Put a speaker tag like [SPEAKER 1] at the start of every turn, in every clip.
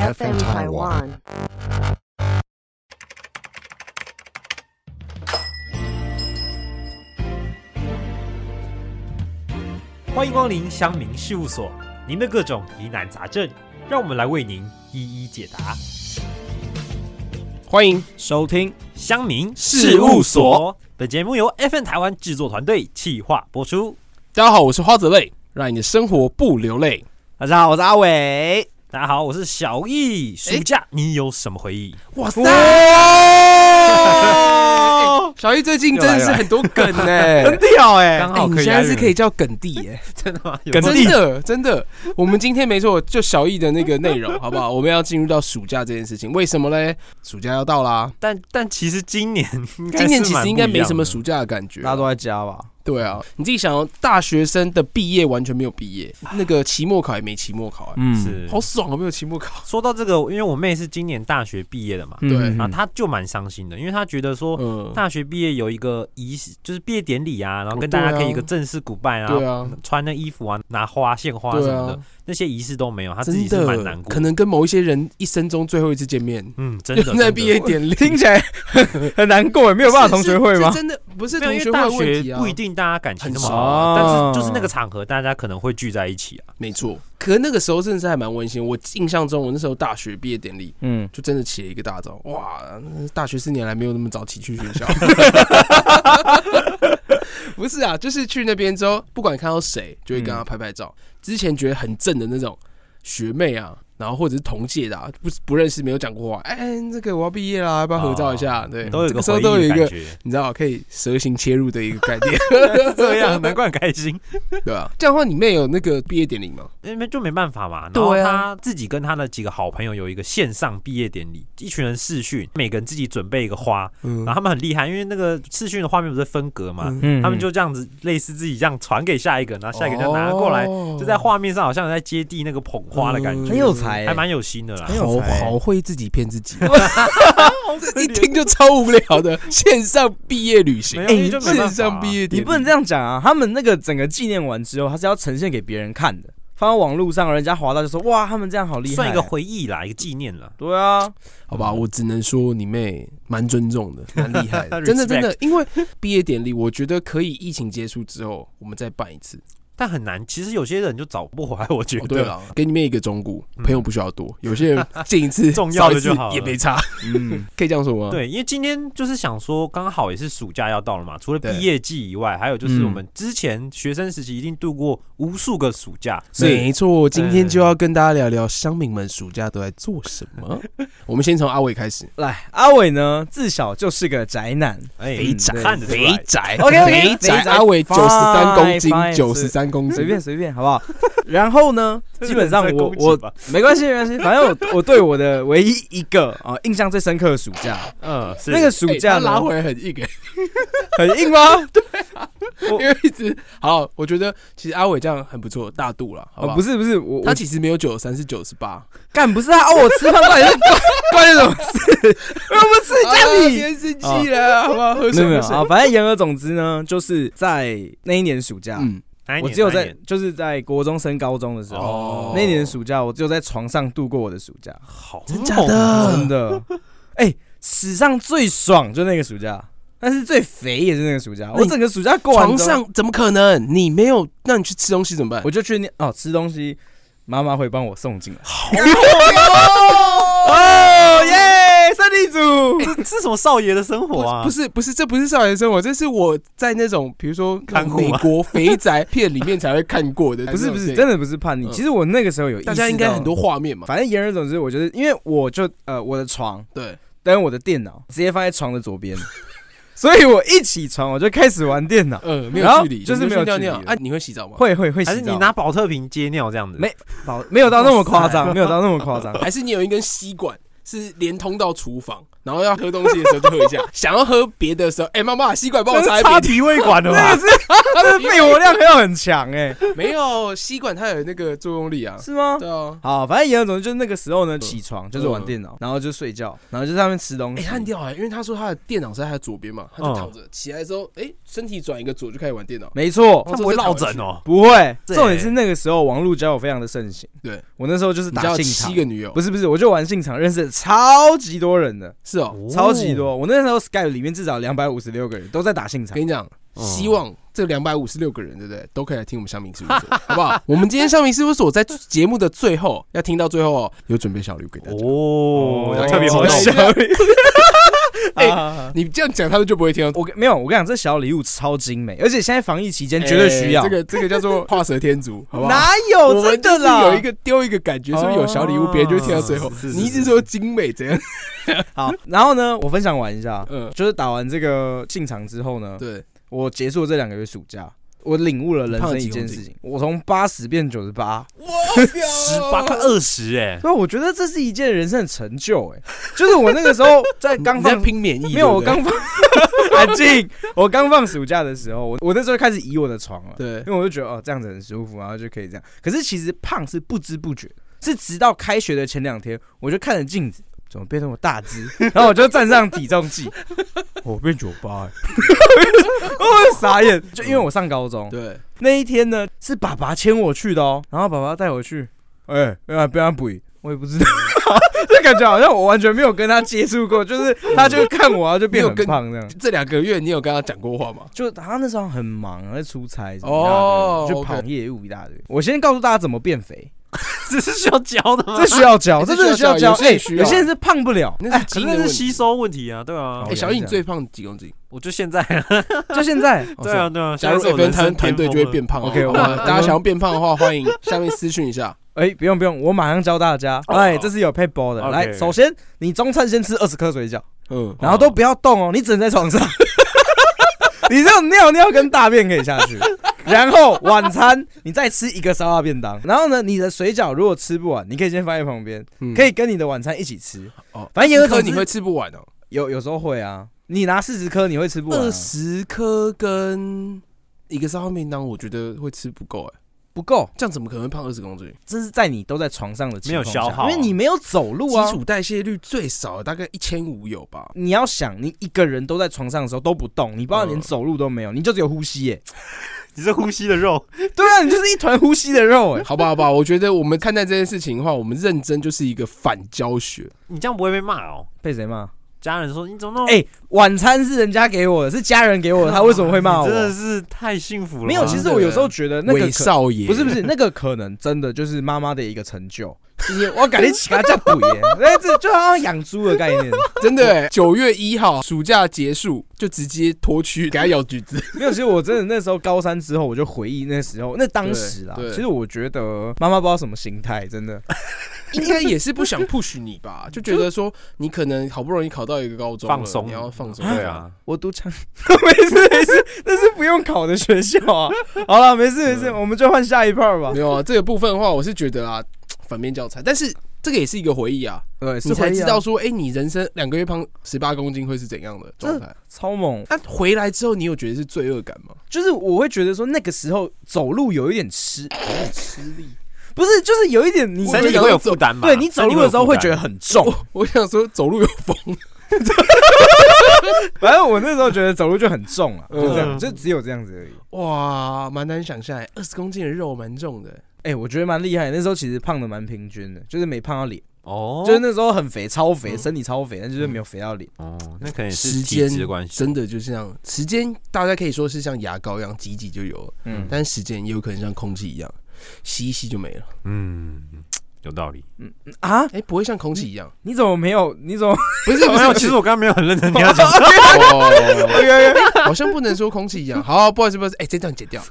[SPEAKER 1] FM Taiwan.
[SPEAKER 2] 欢迎光临乡民事务所，您的各种疑难杂症，让我们来为您一一解答。
[SPEAKER 3] 欢迎
[SPEAKER 2] 收听乡民
[SPEAKER 3] 事务所，
[SPEAKER 2] 本节目由 FN 台湾制作团队企划播出。
[SPEAKER 3] 大家好，我是花泽类，让你的生活不流泪。
[SPEAKER 2] 大家好，我是阿伟。大家好，我是小易。暑假你有什么回忆？
[SPEAKER 3] 哇塞！
[SPEAKER 2] 哇
[SPEAKER 3] 小玉最近 真的是很多梗哎、
[SPEAKER 2] 屌哎
[SPEAKER 3] 哎
[SPEAKER 2] 刚好
[SPEAKER 3] 你
[SPEAKER 2] 可以
[SPEAKER 3] 现
[SPEAKER 2] 押
[SPEAKER 3] 在
[SPEAKER 2] 韵，
[SPEAKER 3] 是可以叫梗弟耶、
[SPEAKER 2] 真的吗？
[SPEAKER 3] 哎
[SPEAKER 2] 跟
[SPEAKER 3] 真的真的。我们今天没错，就小易的那个内容，好不好？我们要进入到暑假这件事情，为什么嘞？暑假要到啦，
[SPEAKER 2] 但但其实今年应该
[SPEAKER 3] 今年
[SPEAKER 2] 是
[SPEAKER 3] 其
[SPEAKER 2] 蛮
[SPEAKER 3] 实应该
[SPEAKER 2] 不一
[SPEAKER 3] 没
[SPEAKER 2] 样
[SPEAKER 3] 什么
[SPEAKER 2] 的
[SPEAKER 3] 暑假的感觉。
[SPEAKER 4] 大家都在家吧？
[SPEAKER 3] 对啊，你自己想哦，大学生的毕业完全没有毕业，那个期末考也没期末考、哎
[SPEAKER 4] 嗯
[SPEAKER 2] 是
[SPEAKER 3] 啊好爽啊，没有期末考。
[SPEAKER 2] 说到这个，因为我妹是今年大学毕业的嘛，
[SPEAKER 3] 对
[SPEAKER 2] 然后她就蛮伤心的，因为她觉得说
[SPEAKER 3] 嗯，
[SPEAKER 2] 大学毕业有一个仪式，就是毕业典礼啊，然后跟
[SPEAKER 3] 哦对
[SPEAKER 2] 大
[SPEAKER 3] 啊
[SPEAKER 2] 家可以一个正式古拜
[SPEAKER 3] 对
[SPEAKER 2] 啊，
[SPEAKER 3] 啊，
[SPEAKER 2] 穿那衣服啊，拿花献花什
[SPEAKER 3] 对
[SPEAKER 2] 么
[SPEAKER 3] 啊
[SPEAKER 2] 的，，那些仪式都没有，她自己
[SPEAKER 3] 真
[SPEAKER 2] 是
[SPEAKER 3] 的
[SPEAKER 2] 蛮难过的。
[SPEAKER 3] 可能跟某一些人一生中最后一次见面，
[SPEAKER 2] 嗯，真
[SPEAKER 3] 就
[SPEAKER 2] 的真
[SPEAKER 3] 是在
[SPEAKER 2] 的
[SPEAKER 3] 毕业典礼，
[SPEAKER 4] 听起来很难过，没有办法同学会吗
[SPEAKER 3] 是是是？真的不是
[SPEAKER 2] 没有，
[SPEAKER 3] 同
[SPEAKER 2] 因
[SPEAKER 3] 学
[SPEAKER 2] 为
[SPEAKER 3] 会
[SPEAKER 2] 大
[SPEAKER 3] 的问题
[SPEAKER 2] 学
[SPEAKER 3] 啊，
[SPEAKER 2] 不一定大家感情那么好
[SPEAKER 4] 很少
[SPEAKER 2] 啊，但
[SPEAKER 4] 啊
[SPEAKER 2] 是就是那个场合，大家可能会聚在一起啊。
[SPEAKER 3] 没错。可那个时候真的是还蛮温馨。我印象中，我那时候大学毕业典礼
[SPEAKER 4] 嗯，
[SPEAKER 3] 就真的起了一个大早，哇！大学四年来没有那么早起去学校。 不是啊，就是去那边之后，不管看到谁，就会跟他拍拍照。之前觉得很正的那种学妹啊，然后或者是同届的、啊，不是不认识没有讲过话，哎、这个我要毕业啦，要不要合照一下？
[SPEAKER 2] 哦
[SPEAKER 3] 对，
[SPEAKER 2] 都有一
[SPEAKER 3] 这
[SPEAKER 2] 个
[SPEAKER 3] 个嗯时候
[SPEAKER 2] 回
[SPEAKER 3] 都有
[SPEAKER 2] 忆
[SPEAKER 3] 一
[SPEAKER 2] 的
[SPEAKER 3] 个
[SPEAKER 2] 感觉，
[SPEAKER 3] 你知道可以蛇形切入的一个概念，
[SPEAKER 2] 这样啊难怪很开心。
[SPEAKER 3] 对吧、这样的话，你妹有那个毕业典礼吗？
[SPEAKER 2] 因为就没办法 嘛。然
[SPEAKER 3] 对啊
[SPEAKER 2] 后他自己跟他的几个好朋友有一个线上毕业典礼，一群人视讯，每个人自己准备一个花，
[SPEAKER 3] 嗯
[SPEAKER 2] 然后他们很厉害，因为那个视讯的画面不是分隔嘛，
[SPEAKER 4] 嗯
[SPEAKER 2] 他们就这样子类似自己这样传给下一个，然后下一个就拿过来，
[SPEAKER 3] 哦
[SPEAKER 2] 就在画面上好像在接地那个捧花的感觉，
[SPEAKER 4] 很有才欸，
[SPEAKER 2] 还蛮有心的啦
[SPEAKER 4] 很。
[SPEAKER 3] 好
[SPEAKER 4] 有才
[SPEAKER 3] 好会自己骗自己，这一听就超无聊的线上毕业旅行
[SPEAKER 2] 没，有，
[SPEAKER 4] 哎
[SPEAKER 2] 因为就没办
[SPEAKER 3] 线
[SPEAKER 2] 法啊
[SPEAKER 3] 上毕业典礼，
[SPEAKER 4] 你不能这样讲啊！他们那个整个纪念完之后，他是要呈现给别人看的，放到网络上，人家滑到就说哇，他们这样好厉害。
[SPEAKER 2] 算一个回忆啦，一个纪念啦。
[SPEAKER 4] 对啊，
[SPEAKER 3] 好吧？我只能说你妹蛮尊重的，蛮厉害的，
[SPEAKER 2] Respect
[SPEAKER 3] 真的真的。因为毕业典礼，我觉得可以疫情结束之后我们再办一次。
[SPEAKER 2] 但很难，其实有些人就找不回来，我觉
[SPEAKER 3] 哦，对
[SPEAKER 2] 得。
[SPEAKER 3] 了，给你妹一个忠告，
[SPEAKER 2] 嗯
[SPEAKER 3] 朋友不需要多，有些人见一次
[SPEAKER 2] 重要的
[SPEAKER 3] 少一次
[SPEAKER 2] 就好了
[SPEAKER 3] 也没差，
[SPEAKER 4] 嗯，
[SPEAKER 3] 可以这样说吗？
[SPEAKER 2] 对，因为今天就是想说，刚好也是暑假要到了嘛，除了
[SPEAKER 3] 对
[SPEAKER 2] 毕业季以外，还有就是
[SPEAKER 4] 嗯
[SPEAKER 2] 我们之前学生时期一定度过无数个暑假，
[SPEAKER 4] 所以
[SPEAKER 3] 没错，今天就要跟大家聊聊乡民们暑假都在做什么。我们先从阿伟开始，
[SPEAKER 4] 来，阿伟呢，自小就是个宅男。
[SPEAKER 2] 哎
[SPEAKER 3] 肥宅
[SPEAKER 2] 看得出
[SPEAKER 3] 肥
[SPEAKER 2] 来，
[SPEAKER 3] 宅
[SPEAKER 4] OK，OK，
[SPEAKER 3] 肥
[SPEAKER 4] 肥宅
[SPEAKER 3] 阿伟九十三
[SPEAKER 4] fine，
[SPEAKER 3] 公斤，
[SPEAKER 4] fine，
[SPEAKER 3] 九十三公斤，
[SPEAKER 4] 随便随便，好不好？然后呢，基本上
[SPEAKER 2] 这是在
[SPEAKER 4] 我
[SPEAKER 2] 攻击
[SPEAKER 4] 我
[SPEAKER 2] 吧
[SPEAKER 4] 没关系没关系，反正我我对我的唯一一个啊、印象最深刻的暑假，
[SPEAKER 2] 嗯，是
[SPEAKER 4] 那个暑
[SPEAKER 3] 哎
[SPEAKER 4] 假
[SPEAKER 3] 他
[SPEAKER 4] 呢、
[SPEAKER 3] 拉回来很硬哎，
[SPEAKER 4] 很硬 吗？
[SPEAKER 3] 因为一直好，我觉得其实阿伟这样很不错，大度了，好
[SPEAKER 4] 哦，
[SPEAKER 3] 吧？
[SPEAKER 4] 不，是不是，我
[SPEAKER 3] 他
[SPEAKER 4] 我
[SPEAKER 3] 其实没有九十三，是九十 八。
[SPEAKER 4] 干不是啊，我吃饭到底是 关关你什么事？我不吃家
[SPEAKER 3] 啊
[SPEAKER 4] 里。
[SPEAKER 3] 别生气了，好不好？喝
[SPEAKER 4] 没
[SPEAKER 3] 水，
[SPEAKER 4] 有没有
[SPEAKER 3] 喝水
[SPEAKER 4] 啊， 反正言而总之呢，就是在那一年暑假，
[SPEAKER 3] 嗯，
[SPEAKER 2] 哪一
[SPEAKER 4] 我
[SPEAKER 2] 年
[SPEAKER 4] 只有
[SPEAKER 2] 哪一
[SPEAKER 4] 在
[SPEAKER 2] 年
[SPEAKER 4] 就是在国中升高中的时候，
[SPEAKER 2] 哦
[SPEAKER 4] 那一年暑假我只有在床上度过我的暑 假，
[SPEAKER 2] 好
[SPEAKER 3] 真假
[SPEAKER 2] 猛
[SPEAKER 3] 的
[SPEAKER 4] 真的，哎、史上最爽就那个暑假，但是最肥也是那个暑假。
[SPEAKER 3] 那
[SPEAKER 4] 我
[SPEAKER 3] 你
[SPEAKER 4] 整个暑假过完
[SPEAKER 3] 床
[SPEAKER 4] 之后，
[SPEAKER 3] 上怎么可能？你没有，那你去吃东西怎么办？
[SPEAKER 4] 我就去那哦吃东西，妈妈会帮我送进来。
[SPEAKER 3] 哦
[SPEAKER 4] 哦耶，胜利组！
[SPEAKER 2] 这这什么少爷的生活啊？
[SPEAKER 3] 不不是不是，这不是少年生活，这是我在那种比如说
[SPEAKER 2] 看过
[SPEAKER 3] 美
[SPEAKER 2] 吗
[SPEAKER 3] 国肥宅片里面才会看 过的，
[SPEAKER 4] 不是不是，
[SPEAKER 3] 对
[SPEAKER 4] 真的不是叛逆。
[SPEAKER 3] 嗯
[SPEAKER 4] 其实我那个时候有意识
[SPEAKER 3] 大家应该
[SPEAKER 4] 到
[SPEAKER 3] 很多，画面嘛，
[SPEAKER 4] 反正言而总之，我觉得因为我就呃我的床
[SPEAKER 3] 对，
[SPEAKER 4] 跟我的电脑直 接放在床的左边，所以我一起床我就开始玩电脑。
[SPEAKER 3] 呃，没有
[SPEAKER 4] 然后
[SPEAKER 3] 距离，
[SPEAKER 4] 就是
[SPEAKER 3] 你
[SPEAKER 4] 没有
[SPEAKER 3] 去尿
[SPEAKER 4] 距离
[SPEAKER 3] 尿啊，你会洗澡吗？，
[SPEAKER 4] 会会会洗
[SPEAKER 2] 还
[SPEAKER 4] 澡，
[SPEAKER 2] 是你拿保特瓶接尿这样子？
[SPEAKER 4] 没保没有到那么夸张，没有到那么夸张，
[SPEAKER 3] 还是你有一根吸管是连通到厨房，然后要喝东西的时候就喝一下，想要喝别的时候，哎、妈妈吸管帮我
[SPEAKER 4] 那
[SPEAKER 3] 插
[SPEAKER 4] 是
[SPEAKER 3] 一
[SPEAKER 4] 插
[SPEAKER 3] 边。
[SPEAKER 4] 鼻胃管的吧？ 那个肺活量要很强哎，
[SPEAKER 3] 没有吸管，它有那个作用力啊。
[SPEAKER 4] 是吗？
[SPEAKER 3] 对啊，
[SPEAKER 4] 好，反正言而总之就是那个时候
[SPEAKER 3] 嗯
[SPEAKER 4] 呢，起床就是玩电脑，然后就睡觉，然后就在那边吃东
[SPEAKER 3] 哎、
[SPEAKER 4] 西。
[SPEAKER 3] 他很屌哎、因为他说他的电脑是在他的左边嘛，他
[SPEAKER 4] 嗯
[SPEAKER 3] 就躺着，起来之后，哎、身体转一个左就开始玩电脑。
[SPEAKER 4] 没错，
[SPEAKER 2] 他不会落枕哦。
[SPEAKER 4] 不会，
[SPEAKER 2] 对
[SPEAKER 4] 重点是那个时候网络交友非常的盛行。
[SPEAKER 3] 对
[SPEAKER 4] 我那时候就是
[SPEAKER 3] 你叫
[SPEAKER 4] 打信
[SPEAKER 3] 七
[SPEAKER 4] 场，
[SPEAKER 3] 个女友，
[SPEAKER 4] 不是不是，我就玩信场，认识超级多人的，
[SPEAKER 3] 是哦，
[SPEAKER 4] 超级多。我那时候 Skype 里面至少两百五十六个人都在打信场
[SPEAKER 3] 跟。你讲，
[SPEAKER 2] 嗯
[SPEAKER 3] 希望这两百五十六个人，对不对？都可以来听我们香民事务所，好不好？我们今天香民事务所在节目的最后要听到最后哦，有准备小礼物给大家。
[SPEAKER 2] 哦，
[SPEAKER 4] 哦
[SPEAKER 2] 特别活动
[SPEAKER 3] 小
[SPEAKER 4] 哎
[SPEAKER 3] 哎你这样讲，他们就不会听到。
[SPEAKER 4] 我跟没有，我跟你讲，这小礼物超精美，而且现在防疫期间绝对需要。
[SPEAKER 3] 哎这个，这个叫做画蛇添足，好不好？
[SPEAKER 4] 哪
[SPEAKER 3] 我
[SPEAKER 4] 有真
[SPEAKER 3] 们就
[SPEAKER 4] 的
[SPEAKER 3] 是
[SPEAKER 4] 啦？
[SPEAKER 3] 有一个丢一个感觉，是不是有小礼物，别人就会听到最后
[SPEAKER 2] 哦。是是
[SPEAKER 3] 你一
[SPEAKER 2] 是
[SPEAKER 3] 直说精美怎样？
[SPEAKER 4] 好，然后呢，我分享完一下，
[SPEAKER 3] 嗯，
[SPEAKER 4] 就是打完这个进场之后呢，
[SPEAKER 3] 对，
[SPEAKER 4] 我结束这两个月暑假，我领悟了人生一件事情，我从八十变九十八，
[SPEAKER 2] 十八快二十哎，
[SPEAKER 4] 所以我觉得这是一件人生的成就、哎，就是我那个时候在刚
[SPEAKER 3] 你在
[SPEAKER 4] 放。
[SPEAKER 3] 拼免疫，
[SPEAKER 4] 没有，
[SPEAKER 3] 对
[SPEAKER 4] 我
[SPEAKER 3] 不对
[SPEAKER 4] 刚放安静。我刚放暑假的时候，我我那时候开始移我的床了，
[SPEAKER 3] 对
[SPEAKER 4] 因为我就觉得哦这样子很舒服，然后就可以这样。可是其实胖是不知不觉，是直到开学的前两天，我就看着镜子，怎么变那么大只，然后我就站上体重计，我变九八、欸，我就傻眼，就因为我上高中
[SPEAKER 3] 对，
[SPEAKER 4] 那一天呢，是爸爸牵我去的哦，然后爸爸带我去，哎、欸，不要补，我也不知 道。就感觉好像我完全没有跟他接触过，就是他就看我啊，就变
[SPEAKER 3] 没有
[SPEAKER 4] 很
[SPEAKER 3] 跟
[SPEAKER 4] 胖这样。
[SPEAKER 3] 这两个月你有跟他讲过话吗？
[SPEAKER 4] 就他那时候很忙，在出差什
[SPEAKER 3] 哦
[SPEAKER 4] 么一大堆，就
[SPEAKER 3] OK
[SPEAKER 4] 跑业务一大堆。我先告诉大家怎么变肥，
[SPEAKER 2] 这是需要教的吗？
[SPEAKER 4] 这需要教，
[SPEAKER 3] 哎
[SPEAKER 4] 这真的
[SPEAKER 3] 这需要
[SPEAKER 4] 教。
[SPEAKER 3] 教有些
[SPEAKER 4] 哎
[SPEAKER 3] 人，需要
[SPEAKER 4] 有些人是胖不了，
[SPEAKER 3] 那是基
[SPEAKER 2] 可
[SPEAKER 3] 因
[SPEAKER 2] 是
[SPEAKER 3] 的
[SPEAKER 2] 那
[SPEAKER 3] 问
[SPEAKER 2] 是
[SPEAKER 3] 题。
[SPEAKER 2] 吸收问题啊，对啊
[SPEAKER 4] 好，
[SPEAKER 3] 哎，小雨，你最胖几公斤？
[SPEAKER 2] 我就 现在，
[SPEAKER 4] 就现 在。
[SPEAKER 3] 哦
[SPEAKER 2] 对啊，，对啊，
[SPEAKER 3] 是加入
[SPEAKER 2] 现在是我
[SPEAKER 3] FN
[SPEAKER 2] 人
[SPEAKER 3] 团
[SPEAKER 2] 生
[SPEAKER 3] 团队就会变
[SPEAKER 2] 巅峰
[SPEAKER 3] 胖哦。
[SPEAKER 4] OK，
[SPEAKER 3] 好
[SPEAKER 4] 我
[SPEAKER 3] 吧
[SPEAKER 4] 们
[SPEAKER 3] 大家想要变胖的话，欢迎下面私讯一下。
[SPEAKER 4] 哎，不用不用，我马上教大家。
[SPEAKER 3] 哦
[SPEAKER 4] 哎，这是有配包的。
[SPEAKER 2] OK
[SPEAKER 4] 来，首先你中餐先吃二十颗水饺，
[SPEAKER 3] 嗯，
[SPEAKER 4] 然后都不要动哦，你只能在床上。 你只有尿尿跟大便可以下去，然后晚餐你再吃一个烧腊便当，然后呢，你的水饺如果吃不完，你可以先放在旁边，可以跟你的晚餐一起吃。
[SPEAKER 3] 哦
[SPEAKER 4] 反正言而
[SPEAKER 3] 嗯颗
[SPEAKER 4] 总之
[SPEAKER 3] 你会吃不完哦，
[SPEAKER 4] 有有时候会啊，你拿四十颗你会吃不完、啊，
[SPEAKER 3] 二十颗跟一个烧烤便当，我觉得会吃不够哎，
[SPEAKER 4] 不够，
[SPEAKER 3] 这样怎么可能会胖二十公斤？
[SPEAKER 4] 这是在你都在床上的情况下
[SPEAKER 2] 没有消耗啊
[SPEAKER 4] 因为你没有走路啊
[SPEAKER 3] 基。础代谢率最少大概一千五有吧？
[SPEAKER 4] 你要想，你一个人都在床上的时候都不动，你不知道
[SPEAKER 3] 嗯
[SPEAKER 4] 连走路都没有，你就只有呼吸耶、
[SPEAKER 2] 你是呼吸的肉，
[SPEAKER 4] 对啊，你就是一团呼吸的肉哎、
[SPEAKER 3] 好吧，好吧，我觉得我们看待这件事情的话，我们认真就是一个反教学。
[SPEAKER 2] 你这样不会被骂哦。
[SPEAKER 4] 被谁骂？
[SPEAKER 2] 家人说你怎
[SPEAKER 3] 哦
[SPEAKER 2] 么那么
[SPEAKER 4] 哎、晚餐是人家给我的，是家人给我的，他为什么会骂我？
[SPEAKER 2] 真的是太幸福了吧。
[SPEAKER 4] 没有，其实我有时候觉得那个
[SPEAKER 3] 韦
[SPEAKER 4] 可
[SPEAKER 3] 少爷
[SPEAKER 4] 不是不是，那个可能真的就是妈妈的一个成 就，就是我感觉起他叫鬼耶， 哎，这就好像养猪的概念。
[SPEAKER 3] 真的哎，九月一号暑假结束就直接脱去给他咬橘子。
[SPEAKER 4] 没有，其实我真的那时候高三之后，我就回忆那时候，那当时啦
[SPEAKER 3] 对，对
[SPEAKER 4] 其实我觉得妈妈不知道什么心态，真 的。
[SPEAKER 3] 应该也是不想 push 你吧，就觉得说你可能好不容易考到一个高中了，
[SPEAKER 2] 放松
[SPEAKER 3] 你要放松。
[SPEAKER 2] 对，啊，
[SPEAKER 4] 我读强， 没事没事，那是不用考的学校啊。好了，没事没事，我们就换下一 part 吧
[SPEAKER 3] 没。有啊，这个部分的话，我是觉得啊，反面教材，但是这个也是一个回忆啊，
[SPEAKER 4] 对，
[SPEAKER 3] 你才知道
[SPEAKER 4] 是
[SPEAKER 3] 说，哎、你人生两个月胖十八公斤会是怎样的状态？
[SPEAKER 4] 啊超猛，
[SPEAKER 3] 那、回来之后，你有觉得是罪恶感吗？
[SPEAKER 4] 就是我会觉得说那个时候走路有一点吃吃力，不是，就是有一点你
[SPEAKER 3] 我
[SPEAKER 2] 身体会有负担嘛？啊
[SPEAKER 4] 对你走路的时候会觉得
[SPEAKER 2] 身体
[SPEAKER 4] 很重，
[SPEAKER 3] 我想说，走路有风，
[SPEAKER 4] 反正我那时候觉得走路就很重了，就这样，
[SPEAKER 2] 嗯
[SPEAKER 4] 就只有这样子而已。
[SPEAKER 3] 哇，蛮难想象，欸二十公斤的肉蛮重的。欸
[SPEAKER 4] 哎、我觉得蛮厉害的，那时候其实胖的蛮平均的，就是没胖到脸。
[SPEAKER 2] 有负担哦，
[SPEAKER 4] 就是那时候很肥，超肥，
[SPEAKER 3] 嗯
[SPEAKER 4] 身体超肥，但就是没有肥到脸。
[SPEAKER 2] 哦，那可能也
[SPEAKER 3] 时
[SPEAKER 2] 是体
[SPEAKER 3] 间
[SPEAKER 2] 质的关系。
[SPEAKER 3] 真的就像时间，大家可以说是像牙膏一样挤一挤就有了，
[SPEAKER 4] 嗯，
[SPEAKER 3] 但是时间也有可能像空气一样，吸一吸就没了。
[SPEAKER 2] 嗯，有道理。
[SPEAKER 4] 啊，
[SPEAKER 3] 哎、不会像空气一样，
[SPEAKER 4] 你怎么没有？你怎 么？
[SPEAKER 3] 不是不
[SPEAKER 2] 没
[SPEAKER 3] 是，
[SPEAKER 2] 有，哎其实我刚刚没有很认真听他讲。
[SPEAKER 3] 哦，好像不能说空气一样。好，不好意思，不好意思，哎、这段剪 掉。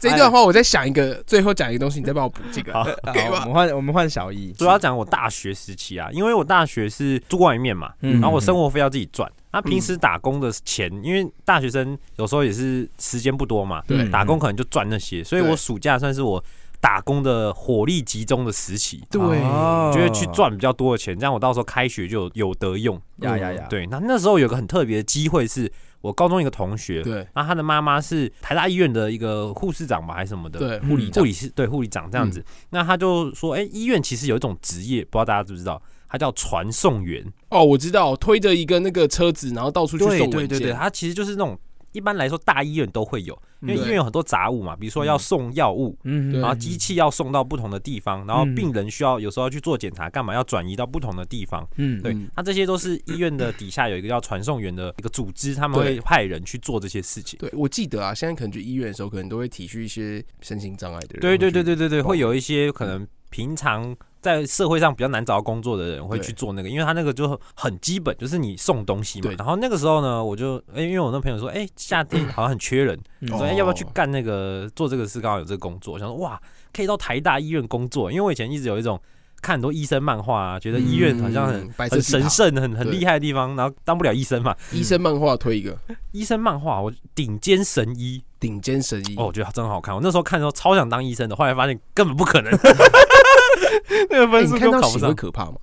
[SPEAKER 3] 这一段的话，我再想一个，最后讲一个东西，你再帮我补这个。
[SPEAKER 2] 好
[SPEAKER 4] 好，
[SPEAKER 3] 可以
[SPEAKER 4] 我
[SPEAKER 3] 吧
[SPEAKER 4] 们换我们换小一。
[SPEAKER 2] 主要讲我大学时期啊，因为我大学是住外面嘛，
[SPEAKER 4] 嗯
[SPEAKER 2] 然后我生活费要自己赚。那平时打工的钱，因为大学生有时候也是时间不多嘛，
[SPEAKER 3] 对
[SPEAKER 2] 打工可能就赚那些，所以我暑假算是我打工的火力集中的时期，
[SPEAKER 3] 对
[SPEAKER 4] 哦
[SPEAKER 2] 觉得去赚比较多的钱，这样我到时候开学就有有得用。嗯
[SPEAKER 4] 呀呀呀，，
[SPEAKER 2] 对，那那时候有个很特别的机会是，我高中一个同学，
[SPEAKER 3] 对
[SPEAKER 2] 那他的妈妈是台大医院的一个护士长吧，还是什么的，
[SPEAKER 3] 对，
[SPEAKER 4] 嗯
[SPEAKER 3] 护理
[SPEAKER 2] 护
[SPEAKER 3] 长
[SPEAKER 2] 理师对护理长这样子。那他就说，哎、医院其实有一种职业，不知道大家知不知道，它叫传送员。
[SPEAKER 3] 哦，我知道，推着一个那个车子，然后到处去
[SPEAKER 2] 对
[SPEAKER 3] 送
[SPEAKER 2] 对
[SPEAKER 3] 文
[SPEAKER 2] 对对，
[SPEAKER 3] 件，
[SPEAKER 2] 它其实就是那种一般来说大医院都会有，因为
[SPEAKER 3] 对
[SPEAKER 2] 医院有很多杂物嘛，比如说要送药物。
[SPEAKER 4] 嗯
[SPEAKER 3] 对
[SPEAKER 2] 然后机器要送到不同的地方，然后
[SPEAKER 4] 嗯
[SPEAKER 2] 病人需要有时候要去做检查，干嘛要转移到不同的地方？
[SPEAKER 4] 嗯
[SPEAKER 2] 对
[SPEAKER 3] 嗯，
[SPEAKER 2] 那这些都是医院的底下有一个叫传送员的一个组织，他们
[SPEAKER 3] 对
[SPEAKER 2] 会派人去做这些事情。
[SPEAKER 3] 对，我记得啊，现在可能去医院的时候，可能都会体恤一些身心障碍的人。
[SPEAKER 2] 对对
[SPEAKER 3] 会去
[SPEAKER 2] 对对对对，
[SPEAKER 3] 保
[SPEAKER 2] 会有一些可能平常在社会上比较难找到工作的人会去做那个，因为他那个就很基本，就是你送东西嘛
[SPEAKER 3] 对。
[SPEAKER 2] 然后那个时候呢，我就哎、因为我那朋友说，哎、夏天好像很缺人，
[SPEAKER 4] 嗯
[SPEAKER 2] 所以
[SPEAKER 3] 哦
[SPEAKER 2] 哎要不要去干那个做这个事？刚好有这个工作，我想说哇，可以到台大医院工作，因为我以前一直有一种。看很多医生漫画啊，觉得医院好像很、
[SPEAKER 3] 嗯白色
[SPEAKER 2] 很
[SPEAKER 3] 巨塔
[SPEAKER 2] 神圣、很很
[SPEAKER 3] 对
[SPEAKER 2] 厉害的地方，然后当不了医生嘛。
[SPEAKER 3] 医生漫画推一个
[SPEAKER 2] 医生漫画，我顶尖神医，
[SPEAKER 3] 顶尖神医
[SPEAKER 2] 哦，我，觉得真好看。我那时候看的时候超想当医生的，后来发现根本不可能， 那个
[SPEAKER 3] 哎
[SPEAKER 2] 分数根
[SPEAKER 3] 你看
[SPEAKER 2] 本
[SPEAKER 3] 到
[SPEAKER 2] 考不
[SPEAKER 3] 血会
[SPEAKER 2] 上。
[SPEAKER 3] 可怕吗？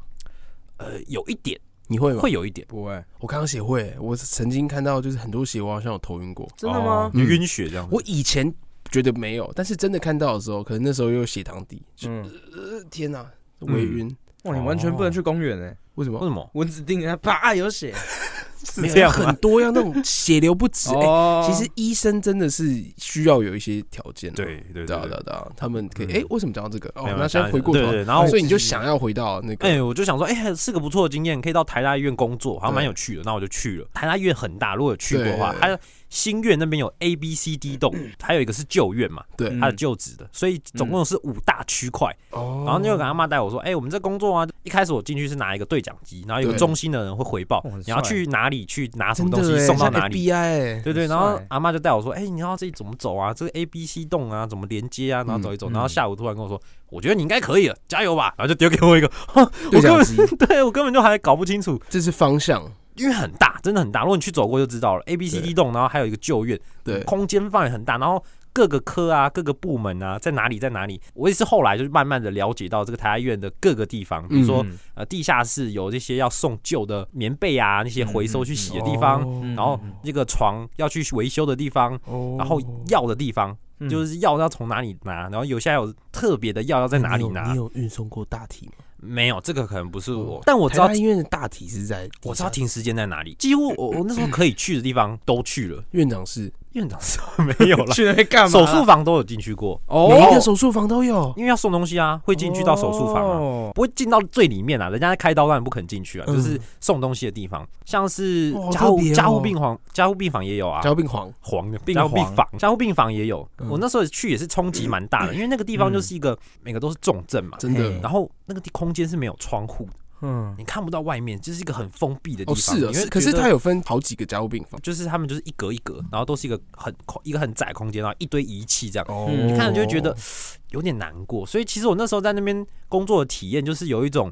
[SPEAKER 2] 呃，有一点
[SPEAKER 3] 你会吗？
[SPEAKER 2] 会有一点，
[SPEAKER 4] 不会，
[SPEAKER 3] 我看到血会，我曾经看到就是很多血，我好像有头晕过。
[SPEAKER 4] 真的
[SPEAKER 2] 哦
[SPEAKER 4] 吗？
[SPEAKER 2] 有
[SPEAKER 3] 嗯
[SPEAKER 2] 晕血这样子。
[SPEAKER 3] 我以前觉得没有，但是真的看到的时候，可能那时候又有血糖低，就
[SPEAKER 4] 嗯，
[SPEAKER 3] 呃天哪，微晕。
[SPEAKER 4] 哇，你完全不能去公园哎，
[SPEAKER 3] 为什
[SPEAKER 2] 为
[SPEAKER 3] 么？
[SPEAKER 2] 什么
[SPEAKER 4] 蚊子叮人，啪有血，
[SPEAKER 2] 嗯是
[SPEAKER 3] 没有
[SPEAKER 2] 这样
[SPEAKER 3] 很
[SPEAKER 2] 吗？
[SPEAKER 3] 多要那种血流不 止。哎
[SPEAKER 4] 哦
[SPEAKER 3] 其实
[SPEAKER 2] 嗯
[SPEAKER 3] 医生真的是需要有一些条件的。
[SPEAKER 2] 对对
[SPEAKER 3] 对啊
[SPEAKER 2] 对
[SPEAKER 3] 对啊
[SPEAKER 2] 对。
[SPEAKER 3] 对啊，他们可以
[SPEAKER 2] 嗯
[SPEAKER 3] 哎、为什么讲到这个？哦，
[SPEAKER 2] 没有
[SPEAKER 3] 那现在回过头
[SPEAKER 2] 对
[SPEAKER 3] 来，
[SPEAKER 2] 对对然后
[SPEAKER 3] 所以你就想要回到那个，
[SPEAKER 2] 哎、我就想说，哎、是个不错的经验，可以到台大医院工作，好像蛮
[SPEAKER 3] 对
[SPEAKER 2] 有趣的。那我就去了。台大医院很大，如果有去过的话，
[SPEAKER 3] 对
[SPEAKER 2] 还有新院那边有 A、B、C、D 栋，还有一个是旧院嘛，
[SPEAKER 3] 对，
[SPEAKER 4] 嗯
[SPEAKER 2] 它的旧址的，所以总
[SPEAKER 3] 嗯
[SPEAKER 2] 共是五大区块。
[SPEAKER 3] 哦
[SPEAKER 2] 然后就给阿妈带我说，哎、我们这工作啊，一开始我进去是拿一个对讲机，然后有个
[SPEAKER 3] 对
[SPEAKER 2] 中心的人会回报
[SPEAKER 4] 哇很
[SPEAKER 2] 你要
[SPEAKER 4] 帅
[SPEAKER 2] 去哪里去拿什
[SPEAKER 3] 真
[SPEAKER 2] 么
[SPEAKER 3] 的
[SPEAKER 2] 东西
[SPEAKER 3] 哎
[SPEAKER 2] 送到
[SPEAKER 3] 像
[SPEAKER 2] 哪里。
[SPEAKER 3] FBI 哎，
[SPEAKER 2] 对对，
[SPEAKER 4] 很
[SPEAKER 2] 然后
[SPEAKER 4] 帅
[SPEAKER 2] 阿妈就带我说：“哎、你要这里怎么走啊？这个 A B C 洞啊，怎么连接啊？然后走一走。
[SPEAKER 4] 嗯
[SPEAKER 2] 然后下午突然跟我说：“我觉得你应该可以了，加油吧！”然后就丢给我一个，
[SPEAKER 3] 对
[SPEAKER 2] 我根
[SPEAKER 3] 讲
[SPEAKER 2] 本
[SPEAKER 3] 机，
[SPEAKER 2] 对我根本就还搞不清楚，
[SPEAKER 3] 这是方向，
[SPEAKER 2] 因为很大，真的很大。如果你去走过就知道了。A B C D 洞，然后还有一个旧院，
[SPEAKER 3] 对，
[SPEAKER 2] 空间范围很大，然后各个科啊、各个部门啊，在哪里在哪里，我也是后来就是慢慢的了解到这个台大医院的各个地方，比如说、
[SPEAKER 4] 嗯
[SPEAKER 2] 呃地下室有这些要送旧的棉被啊，那些回收去洗的地方，
[SPEAKER 3] 哦
[SPEAKER 2] 然后那个床要去维修的地方，然后药的地方，
[SPEAKER 4] 嗯
[SPEAKER 2] 就是药要从哪里拿，然后有些还有特别的药要在哪里拿
[SPEAKER 3] 你，有运送过大体吗？
[SPEAKER 2] 没有这个可能不是我
[SPEAKER 3] 嗯哦，
[SPEAKER 2] 但我
[SPEAKER 3] 台
[SPEAKER 2] 知道
[SPEAKER 3] 大医院的大体是在，
[SPEAKER 2] 我知道停时间在哪里，几乎我我那时候可以去的地方都去了，
[SPEAKER 3] 院长室，
[SPEAKER 2] 院长说 没有 了。
[SPEAKER 4] 去那边
[SPEAKER 3] 啊
[SPEAKER 4] 干嘛？
[SPEAKER 2] 手术房都有进去过，
[SPEAKER 4] 哦
[SPEAKER 3] 每一个手术房都有，
[SPEAKER 2] 因为要送东西啊，会进去到手术房
[SPEAKER 3] 哦
[SPEAKER 2] 啊，
[SPEAKER 4] 啊，
[SPEAKER 2] 不会进到最里面啊，人家在开刀当然不肯进去啊，
[SPEAKER 3] 嗯
[SPEAKER 2] 就是送东西的地方，像是
[SPEAKER 3] 哇好
[SPEAKER 2] 加护、
[SPEAKER 3] 特别哦
[SPEAKER 2] 加护病房、加护病房也有啊
[SPEAKER 3] 加，护病房，
[SPEAKER 2] 黄的
[SPEAKER 4] 病
[SPEAKER 2] 加护病
[SPEAKER 4] 房
[SPEAKER 2] 房、加护病房也有。
[SPEAKER 3] 嗯
[SPEAKER 2] 我那时候去也是冲击蛮大的，因为那个地方就是一个、每个都是重症嘛，
[SPEAKER 3] 真的
[SPEAKER 4] 嘿
[SPEAKER 2] 然后那个地空间是没有窗户的，
[SPEAKER 4] 嗯，
[SPEAKER 2] 你看不到外面，就是一个很封闭的地
[SPEAKER 3] 哦
[SPEAKER 2] 方。
[SPEAKER 3] 是啊，
[SPEAKER 2] 因为
[SPEAKER 3] 是，可是
[SPEAKER 2] 觉得
[SPEAKER 3] 它有分好几个加护病房，
[SPEAKER 2] 就是他们就是一格一格，然后都是一个很空一个很窄的空间，然后一堆仪器这样。
[SPEAKER 3] 哦
[SPEAKER 4] 嗯
[SPEAKER 2] 你看了就会觉得 有点难过。所以其实我那时候在那边工作的体验就是有一种，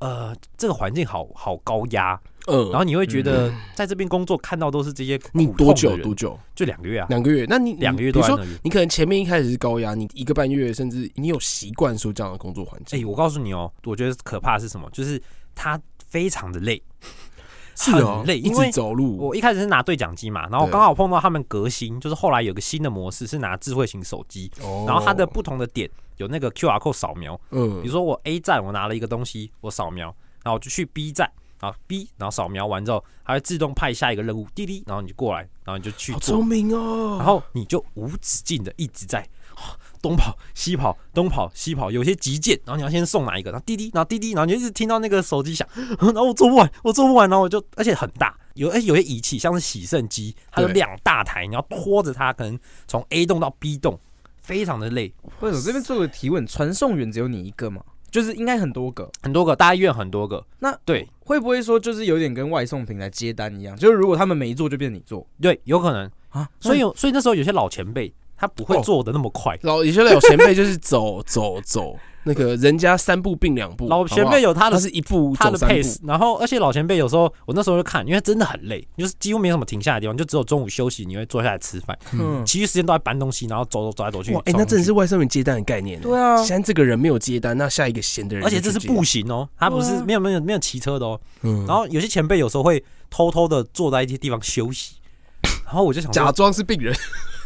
[SPEAKER 2] 呃，这个环境好好高压，
[SPEAKER 3] 嗯，
[SPEAKER 2] 然后你会觉得在这边工作看到都是这些苦
[SPEAKER 3] 你多久
[SPEAKER 2] 痛的人
[SPEAKER 3] 多久？
[SPEAKER 2] 就两个月啊，
[SPEAKER 3] 两个月？那你
[SPEAKER 2] 两个月
[SPEAKER 3] 比
[SPEAKER 2] 都
[SPEAKER 3] 如
[SPEAKER 2] 在
[SPEAKER 3] 说
[SPEAKER 2] 那里。
[SPEAKER 3] 你可能前面一开始是高压，你一个半月，甚至你有习惯说这样的工作环
[SPEAKER 2] 哎、
[SPEAKER 3] 境，
[SPEAKER 2] 我告诉你哦，我觉得可怕的是什么？就是他非常的累，
[SPEAKER 3] 是哦
[SPEAKER 2] 很，累，
[SPEAKER 3] 一
[SPEAKER 2] 因为
[SPEAKER 3] 直走路，
[SPEAKER 2] 我一开始是拿对讲机嘛，然后
[SPEAKER 3] 嗯对
[SPEAKER 2] 刚好碰到他们革新，就是后来有个新的模式是拿智慧型手机，
[SPEAKER 3] 哦
[SPEAKER 2] 然后它的不同的点有那个 QR code 扫描，
[SPEAKER 3] 嗯
[SPEAKER 2] 比如说我 A 站我拿了一个东西，我扫描，然后我就去 B 站，然后 B，然后扫描完之后，它会自动派下一个任务，滴滴，然后你就过来，然后你就去
[SPEAKER 3] 好
[SPEAKER 2] 做
[SPEAKER 3] 聪，明哦，
[SPEAKER 2] 然后你就无止境的一直在。啊东跑西跑，东跑西跑，有些急件，然后你要先送哪一个，然后滴滴，然后滴滴，然后你就一直听到那个手机响，然后我做不完，我做不完，然后我就，而且很大，有哎有些仪器像是洗肾机，它有
[SPEAKER 3] 对
[SPEAKER 2] 两大台，你要拖着它，可能从 A 栋到 B 栋，非常的累，
[SPEAKER 4] 为什么这边做个提问？传送员只有你一个吗？就是应该很多个，
[SPEAKER 2] 很多个，大医院很多个，
[SPEAKER 4] 那
[SPEAKER 2] 对
[SPEAKER 4] 会不会说就是有点跟外送平台接单一样？就是如果他们没做，就变你做
[SPEAKER 2] 对，有可能。
[SPEAKER 4] 啊？
[SPEAKER 2] 所以
[SPEAKER 4] 那
[SPEAKER 2] 有，所以那时候有些老前辈，他不会
[SPEAKER 3] 嗯哦
[SPEAKER 2] 做的那么快。
[SPEAKER 3] 老有些老前辈就是走走走，那个人家三步并两步，
[SPEAKER 2] 老前辈
[SPEAKER 3] 有
[SPEAKER 2] 有他的
[SPEAKER 3] 他是一步
[SPEAKER 2] 他
[SPEAKER 3] 走
[SPEAKER 2] 的
[SPEAKER 3] 三步
[SPEAKER 2] pace，，然后而且老前辈有时候我那时候就看，因为真的很累，就是几乎没有什么停下来的地方，就只有中午休息你会坐下来吃饭，
[SPEAKER 4] 嗯，
[SPEAKER 2] 其余时间都在搬东西，然后走走走来走去。
[SPEAKER 3] 哇，哎、
[SPEAKER 2] 走来
[SPEAKER 3] 那
[SPEAKER 2] 走
[SPEAKER 3] 真的
[SPEAKER 2] 去
[SPEAKER 3] 是外送员接单的概念。
[SPEAKER 4] 对啊，
[SPEAKER 3] 现在这个人没有接单，那下一个闲的人，
[SPEAKER 2] 而且这是步，行哦，他不
[SPEAKER 4] 对
[SPEAKER 2] 是
[SPEAKER 4] 啊
[SPEAKER 2] 没有没有没有骑车的哦。
[SPEAKER 3] 嗯
[SPEAKER 2] 然后有些前辈有时候会偷偷的坐在一些地方休 息，然后我就想说
[SPEAKER 3] 假装啊是病人，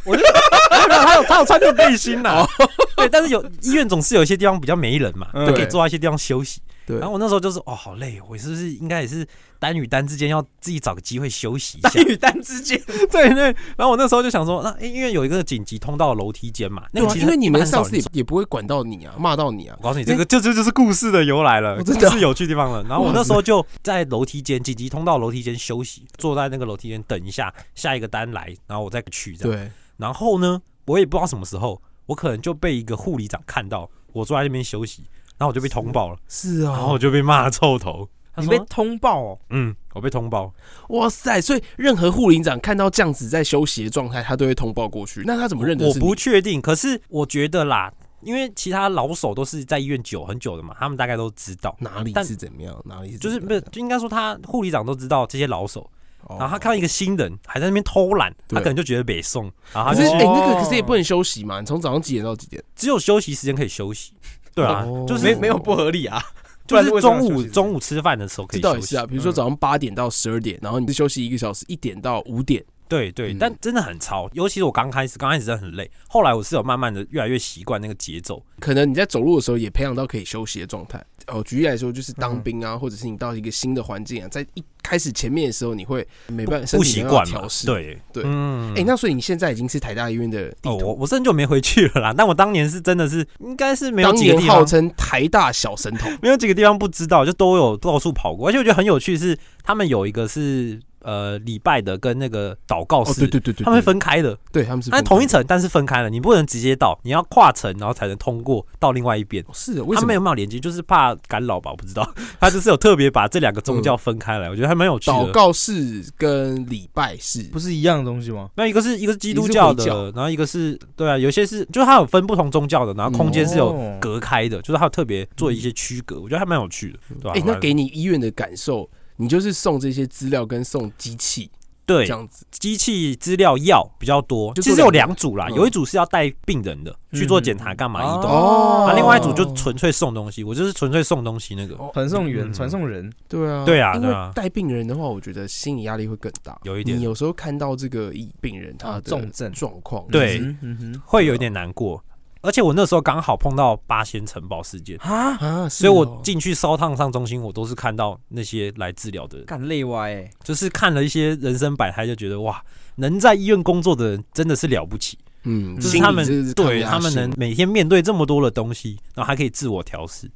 [SPEAKER 2] 没有， 他有他有穿这个背心呐。
[SPEAKER 3] 哦
[SPEAKER 2] 对，但是有医院总是有一些地方比较没人嘛，
[SPEAKER 4] 嗯
[SPEAKER 2] 就可以坐在一些地方休息。
[SPEAKER 3] 对
[SPEAKER 2] 然后我那时候就是哦，好累，我是不是应该也是单与单之间要自己找个机会休息一下
[SPEAKER 4] 单？与单之间，
[SPEAKER 2] 对对。然后我那时候就想说，那诶因为有一个紧急通道的楼梯间嘛，那
[SPEAKER 3] 对
[SPEAKER 2] 个
[SPEAKER 3] 啊，
[SPEAKER 2] 其实
[SPEAKER 3] 因为你们的
[SPEAKER 2] 很少
[SPEAKER 3] 上
[SPEAKER 2] 人
[SPEAKER 3] 司也也不会管到你啊，骂到你啊
[SPEAKER 2] 我，告诉你，这个这这就是故事的由来了，
[SPEAKER 3] 哦
[SPEAKER 2] 这
[SPEAKER 3] 真的啊
[SPEAKER 2] 是有趣地方了。然后我那时候就在楼梯间紧急通道楼梯间休息，坐在那个楼梯间等一下下一个单来，然后我再去这样。
[SPEAKER 3] 对，
[SPEAKER 2] 然后呢，我也不知道什么时候，我可能就被一个护理长看到我坐在那边休息，然后我就被通报了，
[SPEAKER 3] 是
[SPEAKER 2] 然后我
[SPEAKER 3] 啊，
[SPEAKER 2] 就被骂臭头。他
[SPEAKER 4] 你
[SPEAKER 2] 说
[SPEAKER 4] 被通报哦，
[SPEAKER 2] 嗯，我被通报，
[SPEAKER 3] 哇塞！所以任何护林长看到这样子在休息的状态，他都会通报过去。那他怎么认得
[SPEAKER 2] 我
[SPEAKER 3] 是你？
[SPEAKER 2] 不确定，可是我觉得啦，因为其他老手都是在医院久很久的嘛，他们大概都知道。
[SPEAKER 3] 哪里
[SPEAKER 2] 但
[SPEAKER 3] 是怎么样，哪里是
[SPEAKER 2] 就是
[SPEAKER 3] 怎
[SPEAKER 2] 不
[SPEAKER 3] 么
[SPEAKER 2] 是
[SPEAKER 3] 样，
[SPEAKER 2] 就应该说他护理长都知道这些老手，
[SPEAKER 3] 哦
[SPEAKER 2] 然后他看到一个新人还在那边偷懒，他
[SPEAKER 3] 对
[SPEAKER 2] 可能就觉得北宋，然后哦
[SPEAKER 3] 可
[SPEAKER 2] 他
[SPEAKER 3] 是
[SPEAKER 2] 就
[SPEAKER 3] 哎、
[SPEAKER 2] 去
[SPEAKER 3] 那个可是也不能休息嘛，你从早上几点到几点？
[SPEAKER 2] 只有休息时间可以休息，对啊
[SPEAKER 3] 哦，
[SPEAKER 2] 就是
[SPEAKER 4] 没没有不合理啊，不
[SPEAKER 2] 就
[SPEAKER 4] 然为
[SPEAKER 2] 是
[SPEAKER 4] 什么
[SPEAKER 2] 中
[SPEAKER 4] 要休
[SPEAKER 2] 午
[SPEAKER 4] 息
[SPEAKER 2] 中午吃饭的时候可
[SPEAKER 3] 这
[SPEAKER 2] 以
[SPEAKER 3] 倒
[SPEAKER 2] 休
[SPEAKER 3] 也
[SPEAKER 2] 息
[SPEAKER 3] 是啊，比如说
[SPEAKER 4] 嗯
[SPEAKER 3] 早上八点到十二点，然后你休息一个小时，一点到五点，
[SPEAKER 2] 对对，
[SPEAKER 3] 嗯
[SPEAKER 2] 但真的很超，尤其是我刚开始，刚开始真的很累，后来我是有慢慢的越来越习惯那个节奏。
[SPEAKER 3] 可能你在走路的时候也培养到可以休息的状态。哦，举例来说，就是
[SPEAKER 2] 嗯
[SPEAKER 3] 当兵啊，或者是你到一个新的环境啊，在一开始前面的时候，你会没办法身
[SPEAKER 2] 不
[SPEAKER 3] 体
[SPEAKER 2] 习
[SPEAKER 3] 没办法
[SPEAKER 2] 惯嘛
[SPEAKER 3] 调，试。，
[SPEAKER 2] 对
[SPEAKER 3] 对
[SPEAKER 2] 嗯
[SPEAKER 3] 哎、那所以你现在已经是台大医院的地
[SPEAKER 2] 哦，我
[SPEAKER 3] 头，
[SPEAKER 2] 我是很久没回去了啦，但我当年是真的是应该是没有
[SPEAKER 3] 当
[SPEAKER 2] 几个
[SPEAKER 3] 年
[SPEAKER 2] 地
[SPEAKER 3] 号
[SPEAKER 2] 方，哦
[SPEAKER 3] 称台大小神童。
[SPEAKER 2] 没有几个地方不知道，就都有到处跑过，而且我觉得很有趣是，他们有一个是呃礼拜的跟那个祷告
[SPEAKER 3] 哦，
[SPEAKER 2] 室，
[SPEAKER 3] 对对对对，
[SPEAKER 2] 他们会
[SPEAKER 3] 对，
[SPEAKER 2] 分开的，
[SPEAKER 3] 对他们是
[SPEAKER 2] 它
[SPEAKER 3] 分
[SPEAKER 2] 同一
[SPEAKER 3] 开
[SPEAKER 2] 层，但是分开了，你不能直接到，你要跨层，然后才能通过到另外一边。
[SPEAKER 3] 的，是哦为
[SPEAKER 2] 他
[SPEAKER 3] 什
[SPEAKER 2] 们
[SPEAKER 3] 么
[SPEAKER 2] 有没有连接？就是怕干扰吧，我不知道。 他就是有特别把这两个宗
[SPEAKER 3] 嗯
[SPEAKER 2] 教分开来，我觉得还蛮有趣的。
[SPEAKER 3] 祷告室跟礼拜室
[SPEAKER 4] 不是一样的东西吗？
[SPEAKER 2] 那一个是一个是基督教
[SPEAKER 3] 一
[SPEAKER 2] 的，
[SPEAKER 3] 个是回
[SPEAKER 2] 然后一个是对啊，有些是就是它有分不同宗教的，然后空间是有
[SPEAKER 4] 哦
[SPEAKER 2] 隔开的，就是它有特别做一些区隔，我觉得还蛮有趣的，对吧、
[SPEAKER 3] 哎、那
[SPEAKER 2] 蛮
[SPEAKER 3] 给你医院的感受，你就是送这些资料跟送机器这
[SPEAKER 2] 对
[SPEAKER 3] 样子，
[SPEAKER 2] 机器资料药比较多，
[SPEAKER 3] 就
[SPEAKER 2] 其
[SPEAKER 3] 做
[SPEAKER 2] 实有
[SPEAKER 3] 两
[SPEAKER 2] 两组啦，
[SPEAKER 3] 嗯
[SPEAKER 2] 有一组是要带病人的去做检查干
[SPEAKER 4] 嗯
[SPEAKER 2] 嘛移动，
[SPEAKER 3] 哦
[SPEAKER 2] 那另外一组
[SPEAKER 3] 哦
[SPEAKER 2] 就纯粹送东西，我就是纯粹送东西那个。
[SPEAKER 4] 传送员、
[SPEAKER 2] 嗯
[SPEAKER 4] 传送人，
[SPEAKER 3] 对啊，
[SPEAKER 2] 对啊
[SPEAKER 3] 因
[SPEAKER 2] 对
[SPEAKER 3] 为
[SPEAKER 2] 啊
[SPEAKER 3] 带病人的话，我觉得心理压力会更大，
[SPEAKER 2] 有一点
[SPEAKER 3] 你有时候看到这个一病人他的
[SPEAKER 4] 啊重症
[SPEAKER 3] 状况，
[SPEAKER 2] 对
[SPEAKER 3] 嗯
[SPEAKER 4] 嗯哼嗯
[SPEAKER 2] 会有一点难过。而且我那时候刚好碰到八仙城堡事件，
[SPEAKER 4] 哼，啊，
[SPEAKER 3] 啊，
[SPEAKER 2] 所以
[SPEAKER 3] 所
[SPEAKER 2] 我进去烧烫伤中心，我都是看到那些来治疗的人，
[SPEAKER 4] 干累歪哎，
[SPEAKER 2] 就是看了一些人生百态，就觉得哇，能在医院工作的人真的是了不起，
[SPEAKER 3] 嗯，
[SPEAKER 2] 就是
[SPEAKER 3] 心
[SPEAKER 2] 他
[SPEAKER 3] 理
[SPEAKER 2] 们
[SPEAKER 3] 这是抗
[SPEAKER 2] 对
[SPEAKER 3] 压
[SPEAKER 2] 他们
[SPEAKER 3] 性
[SPEAKER 2] 能每天面对这么多的东西，然后还可以自我调试。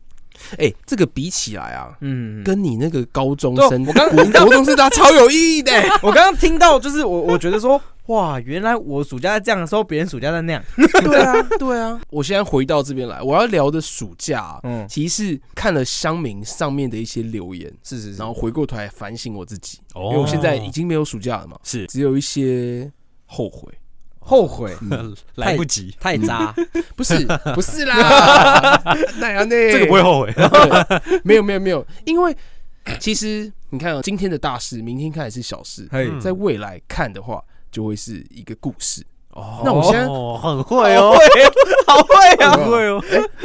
[SPEAKER 3] 哎、这个比起来啊，
[SPEAKER 4] 嗯，
[SPEAKER 3] 跟你那个高中
[SPEAKER 4] 对
[SPEAKER 3] 生，
[SPEAKER 4] 我刚
[SPEAKER 3] 国国中生他超有意义的、
[SPEAKER 4] 我刚刚听到，就是我我觉得说， 哇，原来我暑假在这样的时候，别人暑假在那样，
[SPEAKER 3] 对 啊，对啊。我现在回到这边来，我要聊的暑假、啊，
[SPEAKER 4] 嗯，
[SPEAKER 3] 其实是看了乡民上面的一些留言，
[SPEAKER 4] 是是是
[SPEAKER 3] 然，后回过头来反省我自己，因
[SPEAKER 2] 哦
[SPEAKER 3] 为我现在已经没有暑假了嘛，
[SPEAKER 2] 是
[SPEAKER 3] 只有一些后悔。
[SPEAKER 4] 后悔
[SPEAKER 2] 嗯来不 及，
[SPEAKER 4] 太渣，
[SPEAKER 3] 不是，不是啦，那样呢？
[SPEAKER 2] 这个不会后悔。
[SPEAKER 3] 对没有没有没有，因为其实你看啊，今天的大事，明天看也是小事，
[SPEAKER 4] 嘿
[SPEAKER 2] 嗯
[SPEAKER 3] 在未来看的话，就会是一个故事。
[SPEAKER 2] 哦
[SPEAKER 3] 那我现在
[SPEAKER 2] 很会哦，
[SPEAKER 4] 好会 啊，
[SPEAKER 3] 好会
[SPEAKER 2] 哦，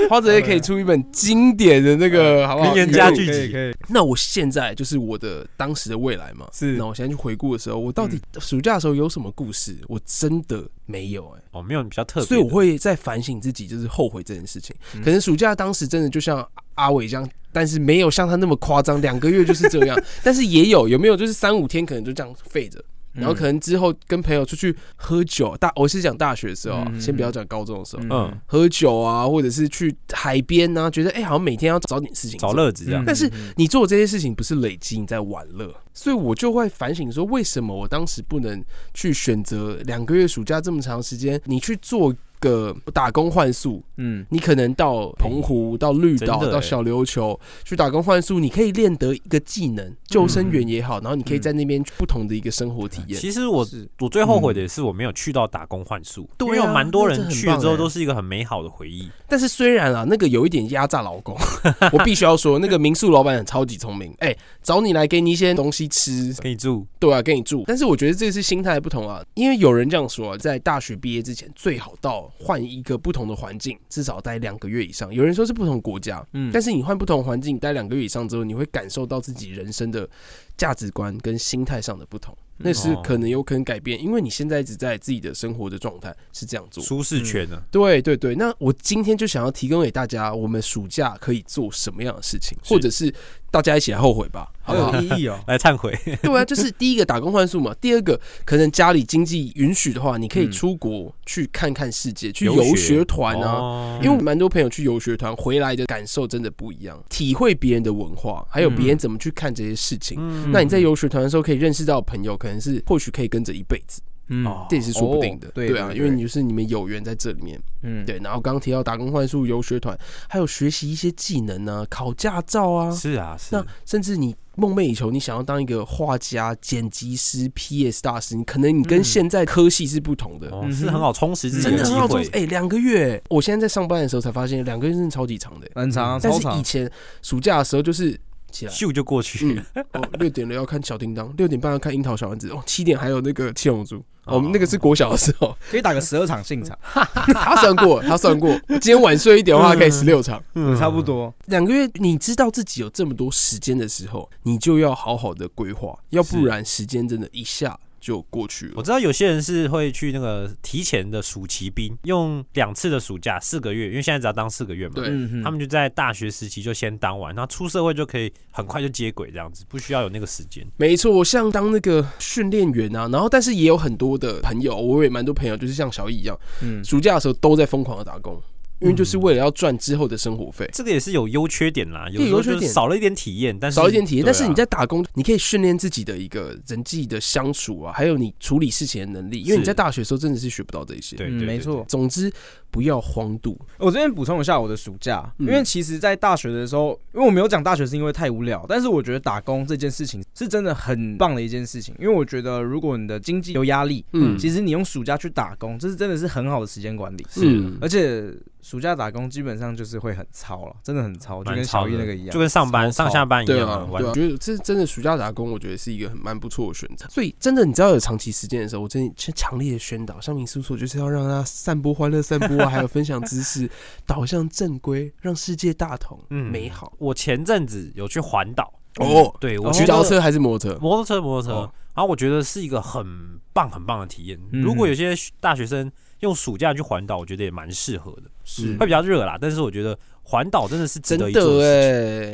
[SPEAKER 3] 花泽类可以出一本经典的那个，好不好？
[SPEAKER 2] 呃名言佳句
[SPEAKER 3] 语录
[SPEAKER 2] 可以
[SPEAKER 4] 可以，
[SPEAKER 3] 那我现在就是我的当时的未来嘛，
[SPEAKER 4] 是
[SPEAKER 3] 那我现在去回顾的时候，我到底
[SPEAKER 2] 嗯
[SPEAKER 3] 暑假的时候有什么故事？我真的没有哎、
[SPEAKER 2] 哦，没有比较特别的，
[SPEAKER 3] 所以我会在反省自己，就是后悔这件事情。
[SPEAKER 4] 嗯
[SPEAKER 3] 可能暑假当时真的就像阿伟这样，但是没有像他那么夸张，两个月就是 这样。但是也有有没有就是三五天可能就这样废着，
[SPEAKER 2] 嗯
[SPEAKER 3] 然后可能之后跟朋友出去喝酒，大我是讲大学的时候啊，
[SPEAKER 4] 嗯
[SPEAKER 3] 先不要讲高中的时候，
[SPEAKER 2] 嗯
[SPEAKER 3] 喝酒啊，或者是去海边啊，觉得哎、好像每天要找点事情做
[SPEAKER 2] 找乐子这样
[SPEAKER 3] 但是你做这些事情不是累积你在玩乐，所以我就会反省说，为什么我当时不能去选择两个月暑假这么长时间，你去做个打工换宿，
[SPEAKER 4] 嗯，
[SPEAKER 3] 你可能到澎湖、到绿
[SPEAKER 2] 真
[SPEAKER 3] 岛、
[SPEAKER 2] 的欸
[SPEAKER 3] 到小琉球去打工换宿，你可以练得一个技
[SPEAKER 2] 嗯
[SPEAKER 3] 能，救生员也好，然后你可以在那边不同的一个生活体验。
[SPEAKER 2] 其实我
[SPEAKER 4] 是
[SPEAKER 2] 我最后悔的也是我没有去到打工换宿，
[SPEAKER 3] 嗯对啊
[SPEAKER 2] 因为有蛮多人去了之
[SPEAKER 3] 那真的很
[SPEAKER 2] 后
[SPEAKER 3] 棒欸
[SPEAKER 2] 都是一个很美好的回忆。
[SPEAKER 3] 但是虽然啊，那个有一点压榨老公， 我必须要说，那个民宿老板很超级聪明，哎、找你来给你一些东西吃，
[SPEAKER 2] 可以住，
[SPEAKER 3] 对啊，给你住。但是我觉得这是心态不同啊，因为有人这样说、啊，在大学毕业之前最好到换一个不同的环境，至少待两个月以上。有人说是不同国家，
[SPEAKER 4] 嗯
[SPEAKER 3] 但是你换不同环境待两个月以上之后，你会感受到自己人生的价值观跟心态上的不同，那是可能有可能改变，因为你现在一直在自己的生活的状态是这样做。
[SPEAKER 2] 舒适圈啊呢、
[SPEAKER 3] 对对对，那我今天就想要提供给大家，我们暑假可以做什么样的事情，
[SPEAKER 2] 是
[SPEAKER 3] 或者是大家一起来后悔吧，好
[SPEAKER 4] 好
[SPEAKER 3] 不
[SPEAKER 4] 有
[SPEAKER 3] 好？
[SPEAKER 4] 意义哦。
[SPEAKER 2] 来忏悔。
[SPEAKER 3] 对啊，就是第一个打工换宿嘛，第二个可能家里经济允许的话，你可以
[SPEAKER 4] 嗯
[SPEAKER 3] 出国去看看世界，去
[SPEAKER 2] 游
[SPEAKER 3] 游
[SPEAKER 2] 学
[SPEAKER 3] 学团啊。
[SPEAKER 2] 哦
[SPEAKER 3] 因为我蛮多朋友去游学团回来的感受真的不一样，体会别人的文化，还有别人怎么去看这些事情。
[SPEAKER 2] 嗯
[SPEAKER 3] 那你在游学团的时候，可以认识到朋友，可能是或许可以跟着一辈子，
[SPEAKER 4] 嗯
[SPEAKER 2] 哦
[SPEAKER 3] 这也是说不定的。
[SPEAKER 4] 哦对
[SPEAKER 3] 啊，
[SPEAKER 4] 对
[SPEAKER 3] 因为你就是你们有缘在这里面。
[SPEAKER 4] 嗯，
[SPEAKER 3] 对，然后刚刚提到打工换宿、游学团，还有学习一些技能啊，考驾照啊，
[SPEAKER 2] 是啊，是
[SPEAKER 3] 那甚至你梦寐以求，你想要当一个画家、剪辑师、PS 大师，你可能你跟
[SPEAKER 4] 嗯
[SPEAKER 3] 现在科系是不同的，
[SPEAKER 2] 哦
[SPEAKER 4] 嗯哼
[SPEAKER 2] 是很好充实自己
[SPEAKER 3] 真的
[SPEAKER 2] 机
[SPEAKER 3] 很好做
[SPEAKER 2] 会。。
[SPEAKER 3] 哎、两个月，我现在在上班的时候才发现，两个月真的超级长的、
[SPEAKER 4] 很长啊，
[SPEAKER 3] 但
[SPEAKER 4] 超
[SPEAKER 3] 是以
[SPEAKER 4] 长。
[SPEAKER 3] 前暑假的时候就是起来。
[SPEAKER 2] 咻就过去，
[SPEAKER 3] 哎嗯，哦，六点了要看小叮当，六点半要看樱桃小丸子，哦，七点还有那个七龙珠，哦，我们那个是国小的时候，
[SPEAKER 4] 可以打个十二场现场，
[SPEAKER 3] 他算过，他算过，今天晚睡一点的话可以十六场，
[SPEAKER 2] 嗯
[SPEAKER 4] 差不多。
[SPEAKER 3] 两个月，你知道自己有这么多时间的时候，你就要好好的规划，要不然时间真的一下就过去
[SPEAKER 2] 我
[SPEAKER 3] 了。
[SPEAKER 2] 知道有些人是会去那个提前的暑期兵，用两次的暑假四个月，因为现在只要当四个月嘛，
[SPEAKER 3] 对
[SPEAKER 4] 嗯哼
[SPEAKER 2] 他们就在大学时期就先当完，然后出社会就可以很快就接轨，这样子不需要有那个时间。
[SPEAKER 3] 没错，我像当那个训练员啊，然后但是也有很多的朋友，我也蛮多朋友就是像小易一样，
[SPEAKER 4] 嗯
[SPEAKER 3] 暑假的时候都在疯狂的打工，因为就是为了要赚之后的生活费。
[SPEAKER 2] 这个也是有优缺点啦，有
[SPEAKER 3] 对
[SPEAKER 2] 时候就
[SPEAKER 3] 优缺
[SPEAKER 2] 是
[SPEAKER 3] 点
[SPEAKER 2] 少了一点体验，但是
[SPEAKER 3] 少一点体验，
[SPEAKER 2] 对啊
[SPEAKER 3] 但是你在打工，你可以训练自己的一个人际的相处啊，还有你处理事情的能力，因为你
[SPEAKER 2] 是
[SPEAKER 3] 在大学的时候真的是学不到这些。
[SPEAKER 2] 对
[SPEAKER 4] 嗯
[SPEAKER 2] 对
[SPEAKER 4] 没，错。
[SPEAKER 3] 总之，不要荒度，
[SPEAKER 4] 我这边补充一下我的暑假，
[SPEAKER 3] 嗯
[SPEAKER 4] 因为其实，在大学的时候，因为我没有讲大学是因为太无聊，但是我觉得打工这件事情是真的很棒的一件事情，因为我觉得如果你的经济有压力，
[SPEAKER 3] 嗯
[SPEAKER 4] 其实你用暑假去打工，这是真的是很好的时间管理，
[SPEAKER 3] 嗯
[SPEAKER 4] 而且暑假打工基本上就是会很操了，真的很操，就
[SPEAKER 2] 蛮
[SPEAKER 4] 跟
[SPEAKER 2] 超
[SPEAKER 4] 小易
[SPEAKER 2] 的
[SPEAKER 4] 那个一样，
[SPEAKER 2] 就跟上班
[SPEAKER 4] 超
[SPEAKER 2] 上
[SPEAKER 4] 操
[SPEAKER 2] 下班一
[SPEAKER 3] 对
[SPEAKER 2] 样
[SPEAKER 3] 啊，
[SPEAKER 2] 完
[SPEAKER 3] 对啊，我觉得这真的暑假打工，我觉得是一个很蛮不错的选择。所以真的，你知道有长期时间的时候，我真的强强烈的宣导，像民宿所就是要让大家散播欢乐、散播啊，还有分享知 识，导向正规，让世界大同，
[SPEAKER 2] 嗯
[SPEAKER 3] 美好。
[SPEAKER 2] 我前阵子有去环岛，
[SPEAKER 3] 哦，
[SPEAKER 2] 对我
[SPEAKER 4] 哦
[SPEAKER 2] 觉
[SPEAKER 3] 骑
[SPEAKER 2] 得
[SPEAKER 3] 脚车还是摩托车？
[SPEAKER 2] 摩托车，摩托车，
[SPEAKER 3] 哦
[SPEAKER 2] 然后我觉得是一个很棒很棒的体验。
[SPEAKER 4] 嗯
[SPEAKER 2] 如果有些大学生用暑假去环岛，我觉得也蛮适合的，
[SPEAKER 3] 是
[SPEAKER 2] 会比较热啦。但是我觉得环岛真的是值
[SPEAKER 3] 真
[SPEAKER 2] 得一
[SPEAKER 3] 的
[SPEAKER 2] 做的事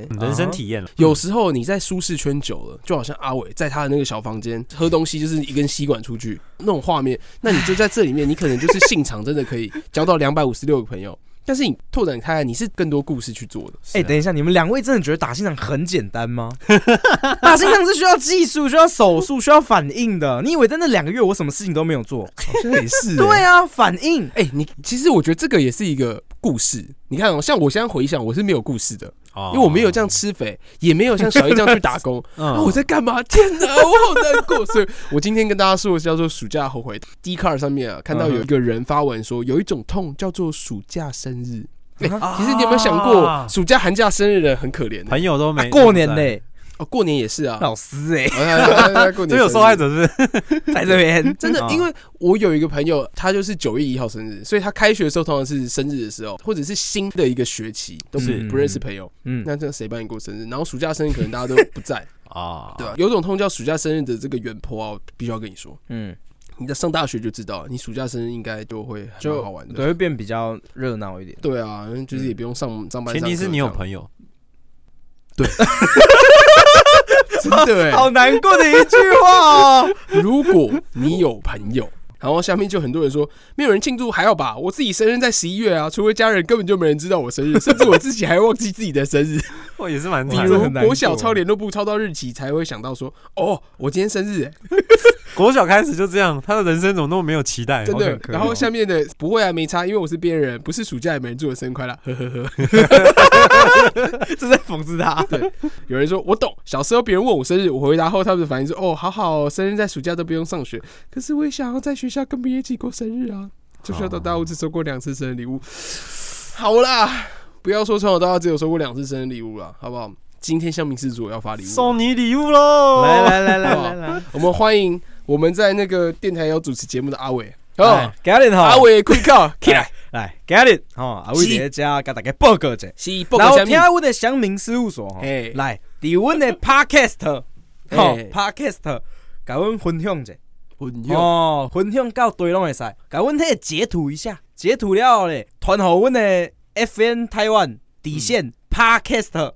[SPEAKER 2] 情
[SPEAKER 3] 哎。
[SPEAKER 2] 嗯人生体验了。
[SPEAKER 3] 有时候你在舒适圈久了，就好像阿伟在他的那个小房间喝东西，就是一根吸管出去那种画面。那你就在这里面，你可能就是现场真的可以交到两百五十六个朋友。但是你拓展开来，你是更多故事去做的。
[SPEAKER 2] 啊
[SPEAKER 4] 哎、等一下，你们两位真的觉得打心肠很简单吗？打心肠是需要技术、需要手速、需要反应的。你以为在那两个月我什么事情都没有做？
[SPEAKER 3] 真的也 是欸
[SPEAKER 4] 对啊，反应。
[SPEAKER 3] 哎、你其实我觉得这个也是一个故事。你看、哦，像我现在回想，我是没有故事的，
[SPEAKER 2] 哦
[SPEAKER 3] 啊因为我没有这样吃肥，也没有像小易这样去打工。
[SPEAKER 2] 嗯
[SPEAKER 3] 啊，我在干嘛？天哪，我好难过。所以我今天跟大家说的叫做暑假后悔。d c a r 上面啊，看到有一个人发文说，有一种痛叫做暑假生日。哎、
[SPEAKER 2] 啊
[SPEAKER 3] 其实你有没有想过，暑假、寒假、生日的人很可怜的、
[SPEAKER 2] 朋友都
[SPEAKER 4] 啊
[SPEAKER 2] 没、、
[SPEAKER 4] 过年嘞，
[SPEAKER 3] 哦，过年也是啊。
[SPEAKER 4] 老师哎、
[SPEAKER 3] 哎哎哎哎过 年
[SPEAKER 2] 都有
[SPEAKER 3] 生
[SPEAKER 2] 受害
[SPEAKER 3] 日
[SPEAKER 2] 者嗯是不是？
[SPEAKER 4] 在这边
[SPEAKER 3] 真的
[SPEAKER 4] 啊，
[SPEAKER 3] 因为我有一个朋友，他就是九月一号生日，所以他开学的时候通常是生日的时候，或者是新的一个学期都不
[SPEAKER 2] 是
[SPEAKER 3] 不认识朋友，
[SPEAKER 4] 嗯，
[SPEAKER 3] 那这谁帮你过生日？然后暑假生日可能大家都不 在，
[SPEAKER 2] 啊，
[SPEAKER 3] 对吧、有种痛叫暑假生日的这个远坡啊，我必须要跟你说，
[SPEAKER 4] 嗯，
[SPEAKER 3] 你在上大学就知道，你暑假生日应该就会还蛮
[SPEAKER 4] 就
[SPEAKER 3] 好玩的。
[SPEAKER 4] 对嗯会变比较热闹一点。
[SPEAKER 3] 对啊，就是也不用上上班上课这样。
[SPEAKER 2] 前提是你有 朋友。
[SPEAKER 3] 友，对，
[SPEAKER 4] 好难过的一句话 哦。
[SPEAKER 3] 欸如果你有朋友。然后下面就很多人说，没有人庆祝还好吧？ 我自己生日在十一月啊，除了家人，根本就没人知道我生日，甚至我自己还忘记自己的生日。
[SPEAKER 2] 我也是蛮
[SPEAKER 4] 比
[SPEAKER 2] 惨
[SPEAKER 4] 如
[SPEAKER 2] 的。
[SPEAKER 4] 很难过
[SPEAKER 3] 国小抄联络簿抄到日期才会想到说，哦，我今天生日欸，
[SPEAKER 2] 国小开始就这样，他的人生怎么那么没有期待？
[SPEAKER 3] 真
[SPEAKER 4] 好
[SPEAKER 3] 的
[SPEAKER 4] 像。可以哦
[SPEAKER 3] 然后下面的不会啊，没差，因为我是别人，不是暑假也没人祝我生日快乐，呵呵呵。
[SPEAKER 4] 这在讽刺他。
[SPEAKER 3] 有人说我懂，小时候别人问我生日，我回答后他们的反应是，哦，好好哦，生日在暑假都不用上学，可是我也想要在学校跟别人一起过生日啊，就学校到大我只收过两次生日礼物，好啦，不要说从小到大只有收过两次生日礼物了，好不好？今天向明事主我要发礼物了，
[SPEAKER 2] 送你礼物喽！
[SPEAKER 4] 来来来来来来，
[SPEAKER 3] 我们欢迎我们在那个电台有主持节目的阿伟哦
[SPEAKER 4] 哦，，get it 哈，
[SPEAKER 3] 阿伟快靠起来，
[SPEAKER 4] 来 get it 哈，阿伟伫咧遮甲大家报告者，
[SPEAKER 3] 是
[SPEAKER 4] 然
[SPEAKER 3] 报
[SPEAKER 4] 后
[SPEAKER 3] 告
[SPEAKER 4] 听
[SPEAKER 3] 下
[SPEAKER 4] 阮的乡民事务所吼
[SPEAKER 3] 嘿，
[SPEAKER 4] 来伫阮的 podcast
[SPEAKER 3] 嘿
[SPEAKER 4] 吼 podcast，甲哦阮分享者。
[SPEAKER 3] 混用
[SPEAKER 4] 哦，分享到对拢会使，甲阮迄个截图一下，截图了后咧，传互阮的 FN 台湾底
[SPEAKER 2] 嗯
[SPEAKER 4] 线 Podcast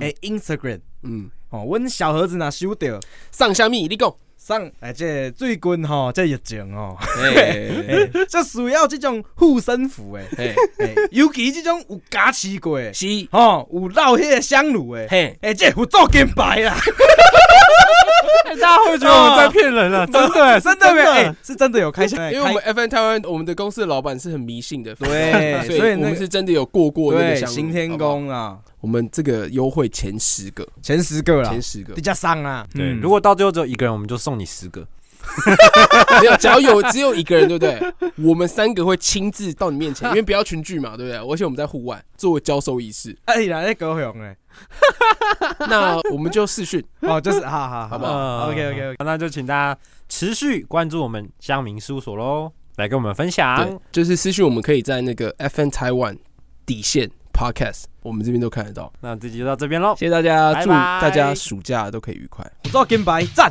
[SPEAKER 4] 诶 Instagram，
[SPEAKER 3] 嗯，
[SPEAKER 4] 哦，阮小盒子若收到，
[SPEAKER 3] 上下面你讲，
[SPEAKER 4] 送诶，这最近吼，这疫情吼，
[SPEAKER 3] 哎
[SPEAKER 4] 诶， 这需要即种护身符诶，
[SPEAKER 3] 哎，
[SPEAKER 4] 诶尤其即种有加持过诶，
[SPEAKER 3] 是
[SPEAKER 4] 吼，有烙迄个香炉诶，
[SPEAKER 3] 嘿，
[SPEAKER 4] 诶，这有做金牌啦，
[SPEAKER 2] 大家会觉得我们
[SPEAKER 3] 啊
[SPEAKER 2] 在骗人了， 真的
[SPEAKER 4] 真的没有？诶，是真的有开箱，哎
[SPEAKER 3] 因为我们 FN 台湾我们的公司的老板是很迷信的，
[SPEAKER 4] 对
[SPEAKER 3] 所
[SPEAKER 4] 所以
[SPEAKER 3] 以
[SPEAKER 4] 那
[SPEAKER 3] 我
[SPEAKER 4] 个
[SPEAKER 3] 们是真的有过过那个
[SPEAKER 4] 对
[SPEAKER 3] 项目
[SPEAKER 4] 行天，
[SPEAKER 3] 好不好
[SPEAKER 4] 宫啊。
[SPEAKER 3] 我们这个优惠前十个，
[SPEAKER 4] 前十个啦
[SPEAKER 3] 前，十个
[SPEAKER 4] 比，较伤啊。
[SPEAKER 2] 对，
[SPEAKER 4] 嗯
[SPEAKER 2] 如果到最后只有一个人，我们就送你十个。
[SPEAKER 3] 没有，只要 有只有一个人，对不对？我们三个会亲自到你面前，因为不要群聚嘛，对不对？而且我们在户外作为交收仪式，
[SPEAKER 4] 哎呀，那狗熊哎，
[SPEAKER 3] 那我们就试训，
[SPEAKER 4] 哦，就是 好好
[SPEAKER 3] 好
[SPEAKER 4] 好
[SPEAKER 3] 不
[SPEAKER 4] 吧，
[SPEAKER 3] 好
[SPEAKER 2] 呃
[SPEAKER 4] OK，OK，OK
[SPEAKER 2] 那就请大家持续关注我们乡民事务所喽，来跟我们分享
[SPEAKER 4] 啊
[SPEAKER 3] 对。，就是私讯我们可以在那个 FN 台湾底线 Podcast，我们这边都看得到。
[SPEAKER 2] 那这集就到这边喽，
[SPEAKER 3] 谢谢大家，
[SPEAKER 2] 拜拜
[SPEAKER 3] 祝大家暑假都可以愉快。
[SPEAKER 4] 我做金牌赞，